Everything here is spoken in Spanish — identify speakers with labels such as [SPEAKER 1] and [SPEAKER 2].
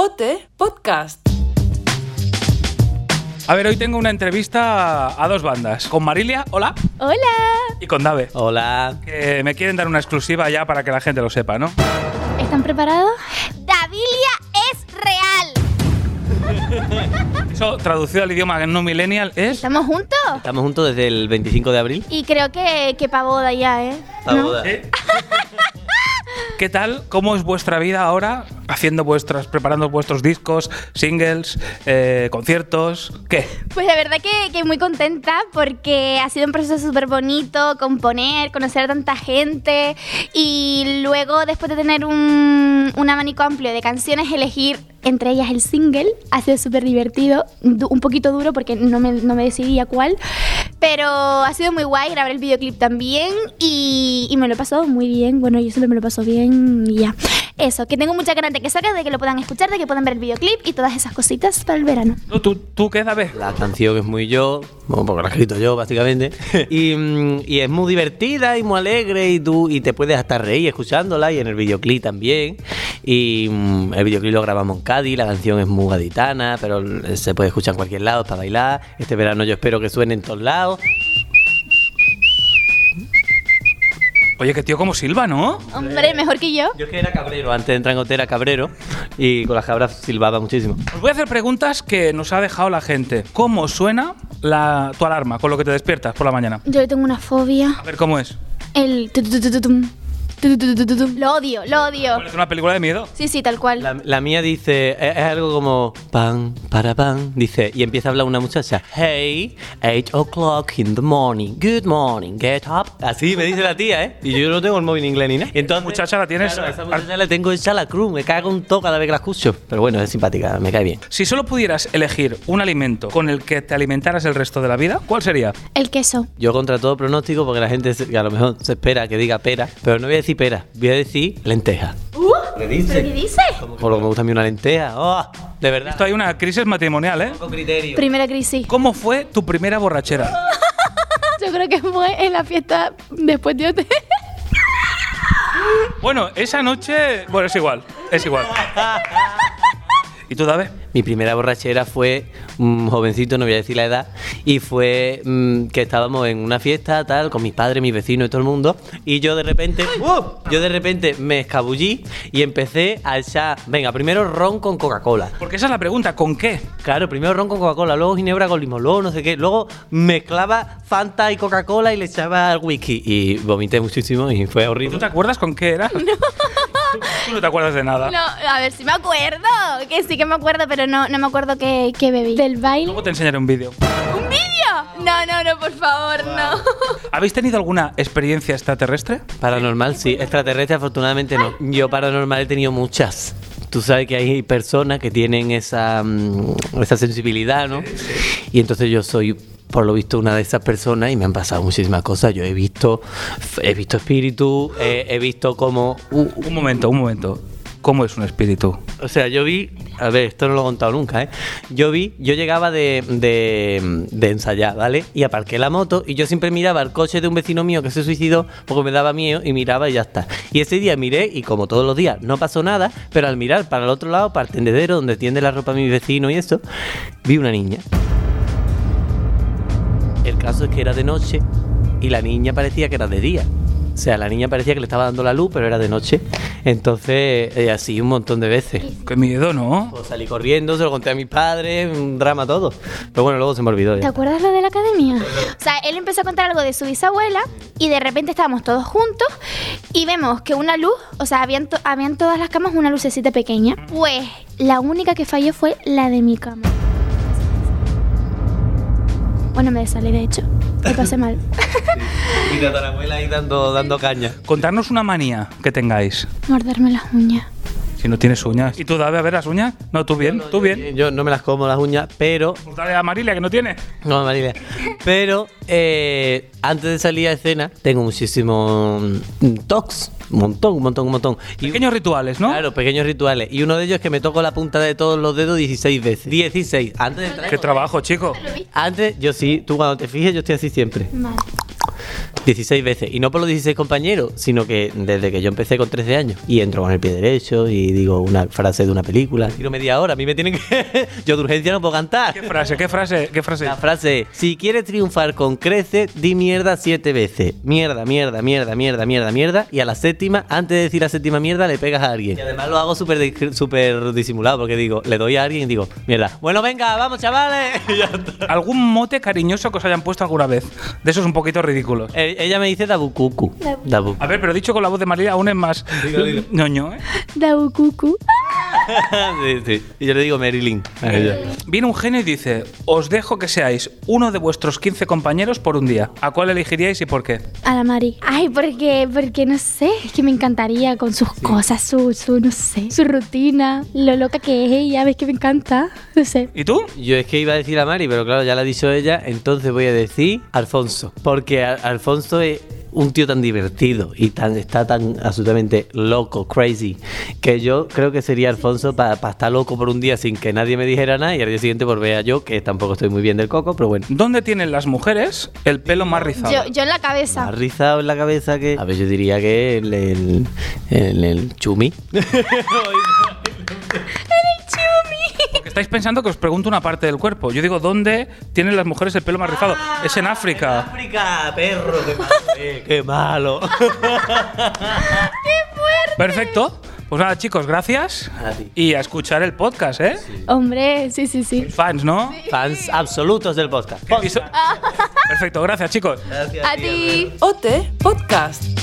[SPEAKER 1] Deporte Podcast.
[SPEAKER 2] A ver, hoy tengo una entrevista a dos bandas. Con Marilia, hola,
[SPEAKER 3] Hola.
[SPEAKER 2] y con Dave.
[SPEAKER 4] Hola.
[SPEAKER 2] Que me quieren dar una exclusiva ya para que la gente lo sepa, ¿no?
[SPEAKER 3] ¿Están preparados?
[SPEAKER 5] Davilia es real.
[SPEAKER 2] Eso traducido al idioma no millennial es.
[SPEAKER 3] ¿Estamos juntos?
[SPEAKER 4] Estamos juntos desde el 25 de abril.
[SPEAKER 3] Y creo que, que pa' boda ya, ¿eh?
[SPEAKER 4] La boda.
[SPEAKER 2] ¿Eh? ¿Qué tal? ¿Cómo es vuestra vida ahora? Haciendo vuestras, preparando vuestros discos, singles, eh, conciertos. ¿Qué?
[SPEAKER 3] Pues la verdad que, que muy contenta porque ha sido un proceso súper bonito, componer, conocer a tanta gente y luego después de tener un, un abanico amplio de canciones, elegir entre ellas el single. Ha sido súper divertido, du- un poquito duro porque no me, no me decidía cuál, pero ha sido muy guay grabar el videoclip también y, y me lo he pasado muy bien. Bueno, yo siempre me lo paso bien y ya. Eso, que tengo mucha ganas de que salga, de que lo puedan escuchar, de que puedan ver el videoclip y todas esas cositas para el verano.
[SPEAKER 2] ¿Tú, tú, tú qué, Dave?
[SPEAKER 4] La canción es muy yo, bueno, porque la he escrito yo, básicamente. Y, mm, y es muy divertida y muy alegre y tú y te puedes hasta reír escuchándola y en el videoclip también. Y mm, el videoclip lo grabamos en Cádiz, la canción es muy gaditana, pero eh, se puede escuchar en cualquier lado, es para bailar. Este verano yo espero que suene en todos lados.
[SPEAKER 2] Oye, qué tío como Silva, ¿no?
[SPEAKER 3] Hombre, mejor que yo.
[SPEAKER 4] Yo es que era cabrero, antes de entrar en Gotera, cabrero, y con las cabras silbaba muchísimo.
[SPEAKER 2] Os voy a hacer preguntas que nos ha dejado la gente. ¿Cómo suena la, tu alarma con lo que te despiertas por la mañana?
[SPEAKER 3] Yo tengo una fobia.
[SPEAKER 2] A ver cómo es.
[SPEAKER 3] El tu- tu- tu- tu- tum. Tu- tu- tu- tu- tu- tum. Lo odio, lo odio.
[SPEAKER 2] Parece una película de miedo.
[SPEAKER 3] Sí, sí, tal cual.
[SPEAKER 4] La, la mía dice, eh, es, es algo como pan, para pan, dice, y empieza a hablar una muchacha, hey, 8 o'clock in the morning, good morning, get up. Así me dice la tía, ¿eh? Y yo no tengo el móvil en inglés ni nada. Entonces,
[SPEAKER 2] Muchacha la tienes-
[SPEAKER 4] Claro, esa muchacha la tengo hecha la cruz, me cago un toque cada vez que la escucho. Pero bueno, es simpática, me cae bien.
[SPEAKER 2] Si solo pudieras elegir un alimento con el que te alimentaras el resto de la vida, ¿cuál sería?
[SPEAKER 3] El queso.
[SPEAKER 4] Yo contra todo pronóstico, porque la gente se- a lo mejor se espera que diga pera, pero no voy a decir pera, voy a decir lenteja. ¿Le dice?
[SPEAKER 3] ¿Pero qué dice?
[SPEAKER 4] Por lo que me gusta a mí una lenteja, oh, de verdad.
[SPEAKER 2] Esto hay una crisis matrimonial, ¿eh?
[SPEAKER 4] con criterio.
[SPEAKER 3] Primera crisis.
[SPEAKER 2] ¿Cómo fue tu primera borrachera?
[SPEAKER 3] Yo creo que fue en la fiesta después de hotel.
[SPEAKER 2] Bueno, esa noche. Bueno, es igual, es igual. ¿Y tú, Dave?
[SPEAKER 4] Mi primera borrachera fue un jovencito, no voy a decir la edad, y fue mm, que estábamos en una fiesta, tal, con mis padres, mis vecinos y todo el mundo, y yo de repente, ¡Uh! yo de repente me escabullí y empecé a echar, venga, primero ron con Coca-Cola.
[SPEAKER 2] Porque esa es la pregunta, ¿con qué?
[SPEAKER 4] Claro, primero ron con Coca-Cola, luego ginebra con limón, luego no sé qué, luego mezclaba Fanta y Coca-Cola y le echaba whisky y vomité muchísimo y fue
[SPEAKER 2] ¿Tú
[SPEAKER 4] horrible.
[SPEAKER 2] te acuerdas con qué era? Tú no te acuerdas de nada.
[SPEAKER 3] No, a ver si me acuerdo. Que sí que me acuerdo, pero no, no me acuerdo qué, qué bebí. ¿Del baile?
[SPEAKER 2] Luego te enseñaré un vídeo.
[SPEAKER 3] ¿Un vídeo? No, no, no, por favor, no.
[SPEAKER 2] ¿Habéis tenido alguna experiencia extraterrestre?
[SPEAKER 4] Paranormal, sí. Extraterrestre, afortunadamente no. Yo paranormal he tenido muchas. Tú sabes que hay personas que tienen esa, mm, esa sensibilidad, ¿no? Y entonces yo soy, por lo visto, una de esas personas y me han pasado muchísimas cosas. Yo he visto, he visto espíritu, eh, he visto como...
[SPEAKER 2] Uh, Un momento, un momento. ¿Cómo es un espíritu?
[SPEAKER 4] O sea, yo vi, a ver, esto no lo he contado nunca, ¿eh? Yo vi, yo llegaba de, de, de ensayar, ¿vale? Y aparqué la moto y yo siempre miraba el coche de un vecino mío que se suicidó porque me daba miedo y miraba y ya está. Y ese día miré y como todos los días no pasó nada, pero al mirar para el otro lado, para el tendedero donde tiende la ropa mi vecino y eso, vi una niña. El caso es que era de noche y la niña parecía que era de día. O sea, la niña parecía que le estaba dando la luz, pero era de noche. Entonces, eh, así un montón de veces.
[SPEAKER 2] Qué miedo, ¿no?
[SPEAKER 4] Pues salí corriendo, se lo conté a mis padres, un drama todo. Pero bueno, luego se me olvidó.
[SPEAKER 3] ¿Te
[SPEAKER 4] Ya.
[SPEAKER 3] acuerdas lo de la academia? O sea, él empezó a contar algo de su bisabuela y de repente estábamos todos juntos y vemos que una luz, o sea, habían, to- habían todas las camas una lucecita pequeña. Pues la única que falló fue la de mi cama. Bueno, me desalé, de hecho. Lo pasé mal.
[SPEAKER 4] Mi tatarabuela ahí dando, dando caña.
[SPEAKER 2] Contarnos una manía que tengáis.
[SPEAKER 3] Morderme las uñas.
[SPEAKER 2] Si no tienes uñas. ¿Y tú, Dave, a ver las uñas? No, tú bien, tú bien.
[SPEAKER 4] Yo no me las como las uñas, pero.
[SPEAKER 2] Pues Dale a Marilia, que no tiene.
[SPEAKER 4] No, Marilia. Pero eh, antes de salir a escena, tengo muchísimo mm, tocs. Un montón, un montón, un montón. Y-
[SPEAKER 2] Pequeños rituales, ¿no?
[SPEAKER 4] Claro, pequeños rituales. Y uno de ellos es que me toco la punta de todos los dedos 16 veces. 16. Antes de entrar.
[SPEAKER 2] Qué trabajo, chico.
[SPEAKER 4] Antes, yo sí, tú cuando te fijes, yo estoy así siempre.
[SPEAKER 3] Mal.
[SPEAKER 4] 16 veces. Y no por los 16 compañeros, sino que desde que yo empecé con 13 años. Y entro con el pie derecho y digo una frase de una película. Tiro media hora. A mí me tienen que. yo de urgencia no puedo cantar.
[SPEAKER 2] ¿Qué frase? ¿Qué frase? ¿Qué frase?
[SPEAKER 4] La frase es, si quieres triunfar con crece, di mierda siete veces. Mierda, mierda, mierda, mierda, mierda, mierda. Y a la séptima, antes de decir la séptima mierda, le pegas a alguien. Y además lo hago súper dis- súper disimulado porque digo, le doy a alguien y digo, mierda. Bueno, venga, vamos chavales. Y ya está.
[SPEAKER 2] ¿Algún mote cariñoso que os hayan puesto alguna vez? De esos un poquito ridículos.
[SPEAKER 4] Eh, Ella me dice dabucucu.
[SPEAKER 3] Dabu-
[SPEAKER 4] Dabu.
[SPEAKER 2] A ver, pero dicho con la voz de María aún es más
[SPEAKER 4] Dilo, dilo.
[SPEAKER 2] ñoño, ¿eh?
[SPEAKER 3] Daucucu.
[SPEAKER 4] Sí, sí. Y yo le digo Marilyn. a ella.
[SPEAKER 2] Viene un genio y dice, os dejo que seáis uno de vuestros 15 compañeros por un día. ¿A cuál elegiríais y por qué?
[SPEAKER 3] A la Mari. Ay, porque, porque no sé, es que me encantaría con sus cosas, su, su, no sé, su rutina, lo loca que es ella, ves que me encanta, no sé.
[SPEAKER 2] ¿Y tú?
[SPEAKER 4] Yo es que iba a decir a Mari, pero claro, ya la ha dicho ella, entonces voy a decir Alfonso. Porque Al- Alfonso es un tío tan divertido y tan, está tan absolutamente loco, crazy, que yo creo que sería Alfonso para estar loco por un día sin que nadie me dijera nada y al día siguiente volver a yo, que tampoco estoy muy bien del coco, pero bueno.
[SPEAKER 2] ¿Dónde tienen las mujeres el pelo más rizado?
[SPEAKER 3] Yo, yo en la
[SPEAKER 4] Me ha
[SPEAKER 3] cabeza.
[SPEAKER 4] rizado en la cabeza que... A ver, yo diría que el, el, el- el chumi.
[SPEAKER 2] Porque estáis pensando que os pregunto una parte del cuerpo. Yo digo, ¿dónde tienen las mujeres el pelo más rizado? es en África.
[SPEAKER 4] África, perro, qué malo. eh, qué malo.
[SPEAKER 2] Perfecto. Pues nada, chicos, gracias.
[SPEAKER 4] A ti.
[SPEAKER 2] Y a escuchar el podcast, ¿eh?
[SPEAKER 3] Hombre, sí, sí, sí.
[SPEAKER 2] Fans, ¿no?
[SPEAKER 4] Fans absolutos del podcast.
[SPEAKER 2] Perfecto, gracias, chicos.
[SPEAKER 3] A ti.
[SPEAKER 1] OT Podcast.